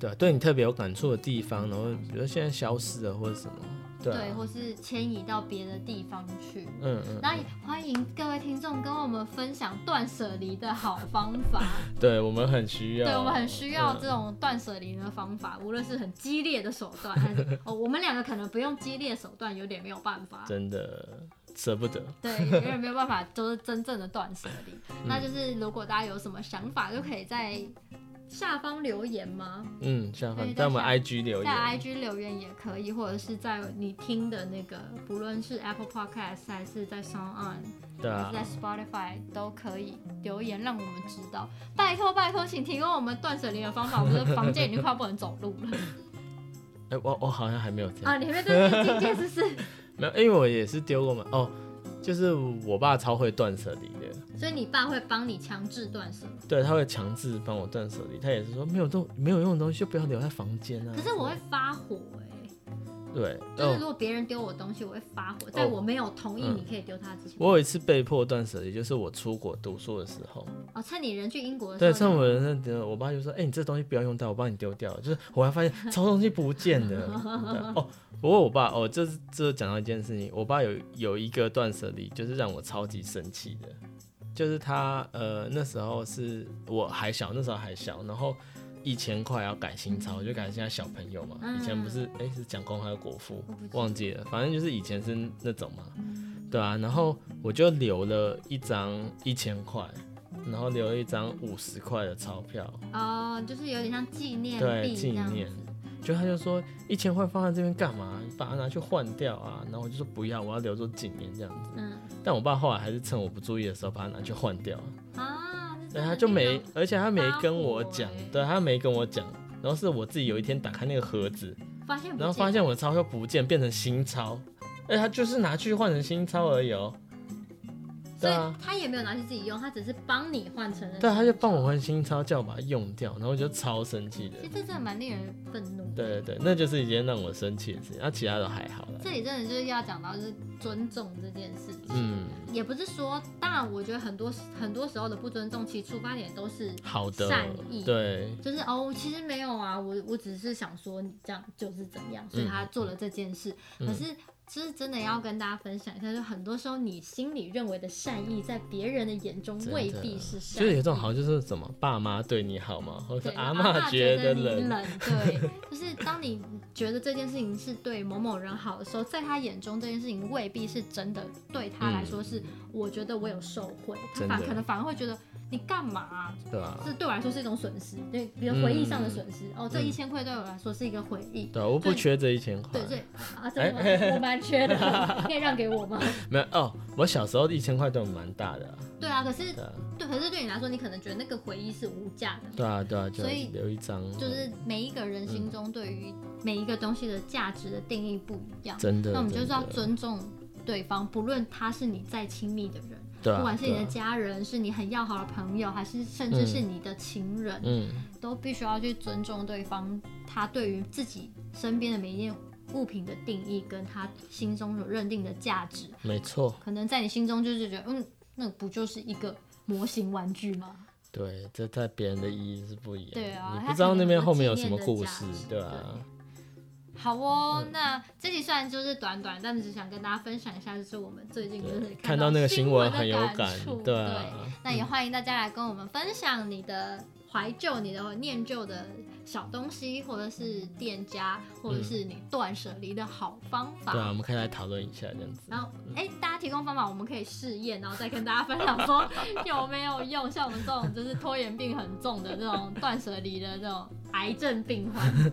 [SPEAKER 2] 对啊，对你特别有感触的地方，然后比如现在消失了或者什么，对啊，
[SPEAKER 3] 或是迁移到别的地方去？
[SPEAKER 2] 嗯嗯，
[SPEAKER 3] 那也欢迎各位听众跟我们分享断舍离的好方法，
[SPEAKER 2] 对我们很需要，
[SPEAKER 3] 对我们很需要
[SPEAKER 2] 嗯
[SPEAKER 3] 这种断舍离的方法，无论是很激烈的手 段，还是哦，我们两个可能不用激烈手段，有点没有办法，
[SPEAKER 2] 真的舍不得。
[SPEAKER 3] 对，有点没有办法，就是真正的断舍 离。
[SPEAKER 2] 嗯
[SPEAKER 3] 那就是如果大家有什么想法，就可以在下方留言吗？
[SPEAKER 2] 嗯，下
[SPEAKER 3] 对
[SPEAKER 2] 方
[SPEAKER 3] 在
[SPEAKER 2] 在我们
[SPEAKER 3] 下
[SPEAKER 2] IG 留
[SPEAKER 3] 在
[SPEAKER 2] 言，
[SPEAKER 3] IG 留言也可以，或者是在你听的那个，不论是 Apple Podcast 还是在 s o n g
[SPEAKER 2] 对
[SPEAKER 3] On，、
[SPEAKER 2] 啊
[SPEAKER 3] 还是，在 Spotify 都可以留言，让我们知道。拜托拜托，请提供我们断舍离 的方法，我们的房间已经快不能走路了
[SPEAKER 2] 哎、我我好像还没有这样，
[SPEAKER 3] 啊！里面对对境界是是，
[SPEAKER 2] 没有，因为我也是丢过嘛。哦，就是我爸超会断舍离的，
[SPEAKER 3] 所以你爸会帮你强制断舍。
[SPEAKER 2] 对，他会强制帮我断舍离，他也是说没有东没有用的东西就不要留在房间啊。
[SPEAKER 3] 可是我会发火哎、
[SPEAKER 2] 对，
[SPEAKER 3] 就是如
[SPEAKER 2] 哦，
[SPEAKER 3] 果别人丢我东西，我会发火，在
[SPEAKER 2] 哦
[SPEAKER 3] 我没有同意
[SPEAKER 2] 嗯
[SPEAKER 3] 你可以丢他之前，
[SPEAKER 2] 我有一次被迫断舍离，就是我出国读书的时候，
[SPEAKER 3] 哦，趁你人去英国的时候，
[SPEAKER 2] 对，趁我人生的，我爸就说：“哎、你这东西不要用到，我帮你丢掉。”就是我还发现超东西不见了。对哦，不过我爸哦，这是这讲到一件事情，我爸有有一个断舍离，就是让我超级生气的，就是他呃那时候是我还小，那时候还小，然后一千块要改新钞，就改现在小朋友嘛，以前不是哎、是蒋公还是国父
[SPEAKER 3] 我不记得嗯
[SPEAKER 2] 忘记了，反正就是以前是那种嘛，对啊，然后我就留了一张一千块。然后留了一张五十块的钞票，
[SPEAKER 3] 哦，就是有点像纪念
[SPEAKER 2] 对，
[SPEAKER 3] 币
[SPEAKER 2] 纪
[SPEAKER 3] 这样
[SPEAKER 2] 念
[SPEAKER 3] 子。。
[SPEAKER 2] 就他就说一千块放在这边干嘛？把它拿去换掉啊！然后我就说不要，我要留作纪念这样子。
[SPEAKER 3] 嗯
[SPEAKER 2] 但我爸后来还是趁我不注意的时候把它拿去换掉了。
[SPEAKER 3] 啊，那真
[SPEAKER 2] 对，
[SPEAKER 3] 的
[SPEAKER 2] 他就
[SPEAKER 3] 非
[SPEAKER 2] 没
[SPEAKER 3] 常，
[SPEAKER 2] 而且他没跟我
[SPEAKER 3] 发火
[SPEAKER 2] 讲
[SPEAKER 3] 欸，
[SPEAKER 2] 对他没跟我讲。然后是我自己有一天打开那个盒子，
[SPEAKER 3] 发现不见，
[SPEAKER 2] 然后发现我的钞票不见，变成新钞。哎，他就是拿去换成新钞而已哦。
[SPEAKER 3] 所
[SPEAKER 2] 对
[SPEAKER 3] 以
[SPEAKER 2] 啊，
[SPEAKER 3] 他也没有拿去自己用，他只是帮你换成了。
[SPEAKER 2] 对，啊他就帮我换新钞，叫我把它用掉，然后我就超生气的
[SPEAKER 3] 其。实这真的蛮令人愤怒。
[SPEAKER 2] 对对对，那就是一件让我生气的事情，那、其他都还好啦。
[SPEAKER 3] 这里真的就是要讲到就是尊重这件事情，
[SPEAKER 2] 嗯，
[SPEAKER 3] 也不是说，当然我觉得很多很多时候的不尊重，其实出发点都是
[SPEAKER 2] 好的
[SPEAKER 3] 善意，，
[SPEAKER 2] 对，
[SPEAKER 3] 就是哦，其实没有啊，我我只是想说你这样就是怎
[SPEAKER 2] 嗯
[SPEAKER 3] 样，所以他做了这件事。可是其实真的要跟大家分享一下，就很多时候你心里认为的善意，在别人的眼中
[SPEAKER 2] 真的
[SPEAKER 3] 未必是善意。
[SPEAKER 2] 就是有一种好，就是什么爸妈对你好嘛，或者
[SPEAKER 3] 对，
[SPEAKER 2] 是阿
[SPEAKER 3] 嬷
[SPEAKER 2] 嬷
[SPEAKER 3] 觉
[SPEAKER 2] 得
[SPEAKER 3] 你
[SPEAKER 2] 冷，
[SPEAKER 3] 冷，对， 就是当你觉得这件事情是对某某人好的时候，在他眼中这件事情未必是真的，对他来说是，我觉得我有受贿，
[SPEAKER 2] 嗯
[SPEAKER 3] 他
[SPEAKER 2] 真
[SPEAKER 3] 反
[SPEAKER 2] 的
[SPEAKER 3] 可能反而会觉得你干嘛啊、
[SPEAKER 2] 对吧、啊？
[SPEAKER 3] 这对我来说是一种损失，对，比如回忆上的
[SPEAKER 2] 嗯
[SPEAKER 3] 损失。哦，这
[SPEAKER 2] 嗯
[SPEAKER 3] 一千块对我来说是一个回忆。
[SPEAKER 2] 对啊，我不
[SPEAKER 3] 对
[SPEAKER 2] 缺这一千块
[SPEAKER 3] 对，，对 啊，真的吗？我蛮缺的，可以让给我吗？
[SPEAKER 2] 没有哦。我小时候一千块对我蛮大的啊、
[SPEAKER 3] 对啊，可是
[SPEAKER 2] 对啊，
[SPEAKER 3] 对，可是对你来说，你可能觉得那个回忆是无价的，
[SPEAKER 2] 对啊，对啊，就
[SPEAKER 3] 所以
[SPEAKER 2] 留一张，
[SPEAKER 3] 就是每一个人心中对于每一个东西的价值的定义不一样，
[SPEAKER 2] 真的，
[SPEAKER 3] 那我们就是
[SPEAKER 2] 真
[SPEAKER 3] 要
[SPEAKER 2] 的
[SPEAKER 3] 尊重对方，不论他是你再亲密的人，
[SPEAKER 2] 对啊，
[SPEAKER 3] 不管是你
[SPEAKER 2] 对
[SPEAKER 3] 的
[SPEAKER 2] 啊
[SPEAKER 3] 家人，是你很要好的朋友，还是甚至是你的情人，
[SPEAKER 2] 嗯，
[SPEAKER 3] 都必须要去尊重对方，他对于自己身边的每一件物品的定义，跟他心中所认定的价值，
[SPEAKER 2] 没错，
[SPEAKER 3] 可能在你心中就是觉得，嗯，那不就是一个模型玩具吗？
[SPEAKER 2] 对，这在别人的意义是不一样的，
[SPEAKER 3] 对啊
[SPEAKER 2] 你
[SPEAKER 3] 它
[SPEAKER 2] 不知道
[SPEAKER 3] 可能
[SPEAKER 2] 那边
[SPEAKER 3] 有
[SPEAKER 2] 后面有
[SPEAKER 3] 纪
[SPEAKER 2] 什
[SPEAKER 3] 念
[SPEAKER 2] 么
[SPEAKER 3] 的
[SPEAKER 2] 故
[SPEAKER 3] 价
[SPEAKER 2] 事
[SPEAKER 3] 值，
[SPEAKER 2] 对啊，
[SPEAKER 3] 好哦，
[SPEAKER 2] 嗯
[SPEAKER 3] 那这集虽然就是短短，但只想跟大家分享一下，就是我们最近就是
[SPEAKER 2] 看
[SPEAKER 3] 到
[SPEAKER 2] 到那个
[SPEAKER 3] 新
[SPEAKER 2] 新闻
[SPEAKER 3] 的
[SPEAKER 2] 很有
[SPEAKER 3] 感
[SPEAKER 2] 感
[SPEAKER 3] 触，
[SPEAKER 2] 对
[SPEAKER 3] 对
[SPEAKER 2] 啊
[SPEAKER 3] 那也欢迎大家来跟我们分享你的怀旧、你的念旧的小东西，或者是店家，或者是你断舍离的好方法。
[SPEAKER 2] 嗯对啊，我们可以来讨论一下这样子，
[SPEAKER 3] 然后，哎、大家提供方法，我们可以试验，然后再跟大家分享说有没有用。像我们这种就是拖延病很重的这种断舍离的这种癌症病患，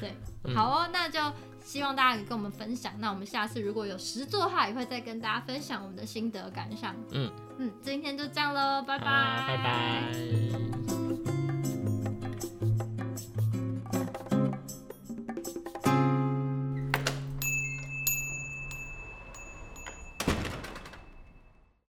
[SPEAKER 3] 对，好哦，那就希望大家可以跟我们分享。那我们下次如果有实作的话，也会再跟大家分享我们的心得感想。
[SPEAKER 2] 嗯
[SPEAKER 3] 嗯，今天就这样喽，拜拜，
[SPEAKER 2] 好啊拜拜。